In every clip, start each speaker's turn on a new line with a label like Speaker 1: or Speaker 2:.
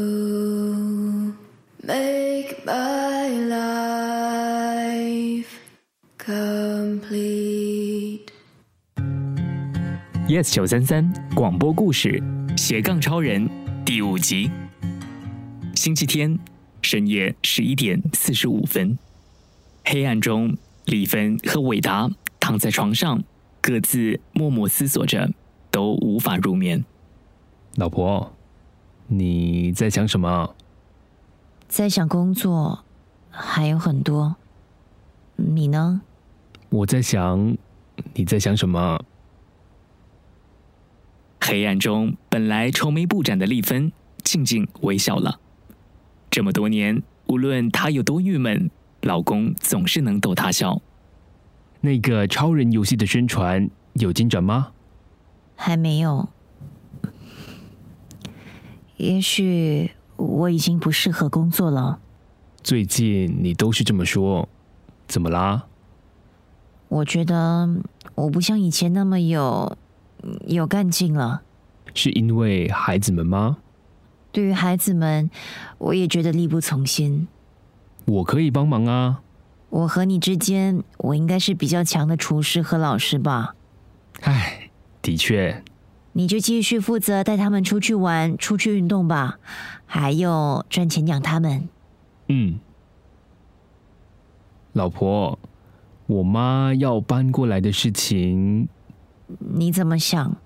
Speaker 1: You make my life complete.
Speaker 2: Yes 九三三广播故事《斜杠超人》第五集，星期天深夜十一点四十五分，黑暗中，李芬和韦达躺在床上，各自默默思索着，都无法入眠。
Speaker 3: 老婆，你在想什么？
Speaker 4: 在想工作，还有很多。你呢？
Speaker 3: 我在想，你在想什么？
Speaker 2: 黑暗中，本来愁眉不展的丽芬静静微笑了。这么多年，无论她有多郁闷，老公总是能逗她笑。
Speaker 3: 那个超人游戏的宣传有进展吗？
Speaker 4: 还没有。也许我已经不适合工作了。
Speaker 3: 最近你都是这么说，怎么啦？
Speaker 4: 我觉得我不像以前那么有有干劲了。
Speaker 3: 是因为孩子们吗？
Speaker 4: 对于孩子们，我也觉得力不从心。
Speaker 3: 我可以帮忙啊！
Speaker 4: 我和你之间，我应该是比较强的厨师和老师吧？
Speaker 3: 唉，的确，
Speaker 4: 你就继续负责带他们出去玩、出去运动吧，还有赚钱养他们。
Speaker 3: 嗯。老婆，我妈要搬过来的事情，
Speaker 4: 你怎么想？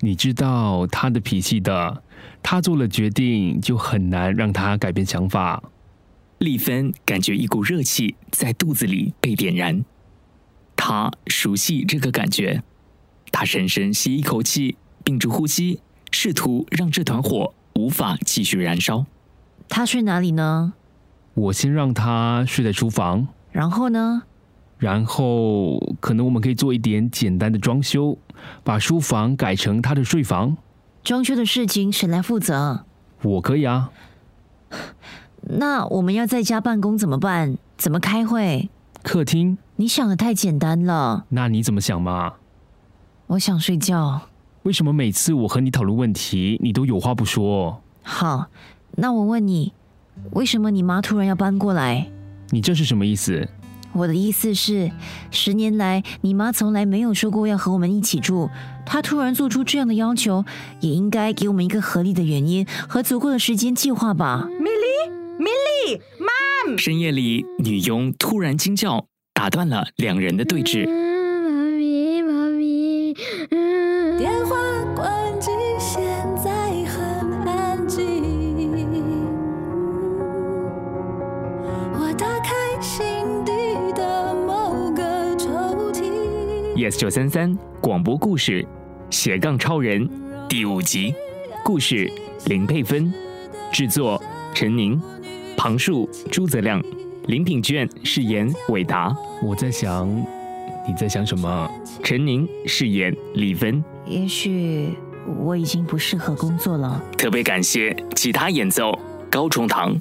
Speaker 3: 你知道她的脾气的，她做了决定就很难让她改变想法。
Speaker 2: 丽芬感觉一股热气在肚子里被点燃，她熟悉这个感觉，她深深吸一口气，屏住呼吸，试图让这团火无法继续燃烧。
Speaker 4: 他睡哪里呢？
Speaker 3: 我先让她睡在厨房，
Speaker 4: 然后呢？
Speaker 3: 然后可能我们可以做一点简单的装修，把书房改成她的睡房。
Speaker 4: 装修的事情谁来负责？
Speaker 3: 我可以啊，
Speaker 4: 那我们要在家办公怎么办？怎么开会？
Speaker 3: 客厅，
Speaker 4: 你想的太简单了。
Speaker 3: 那你怎么想嘛？
Speaker 4: 我想睡觉。
Speaker 3: 为什么每次我和你讨论问题，你都有话不说？
Speaker 4: 好，那我问你，为什么你妈突然要搬过来？
Speaker 3: 你这是什么意思？
Speaker 4: 我的意思是，十年来你妈从来没有说过要和我们一起住，她突然做出这样的要求，也应该给我们一个合理的原因和足够的时间计划吧。
Speaker 2: 深夜里，女佣突然惊叫，打断了两人的对峙。
Speaker 5: 妈咪，妈咪，嗯
Speaker 1: 电话关机，现在很安静。我打开心底的某个抽屉。
Speaker 2: Yes 九三三广播故事《斜杠超人》第五集，故事林佩芬，制作陈宁，旁述朱泽亮，林品卷饰演韦达，
Speaker 3: 我在想，你在想什么？
Speaker 2: 陈宁饰演李芬。
Speaker 4: 也许我已经不适合工作了。
Speaker 2: 特别感谢吉他演奏高崇堂。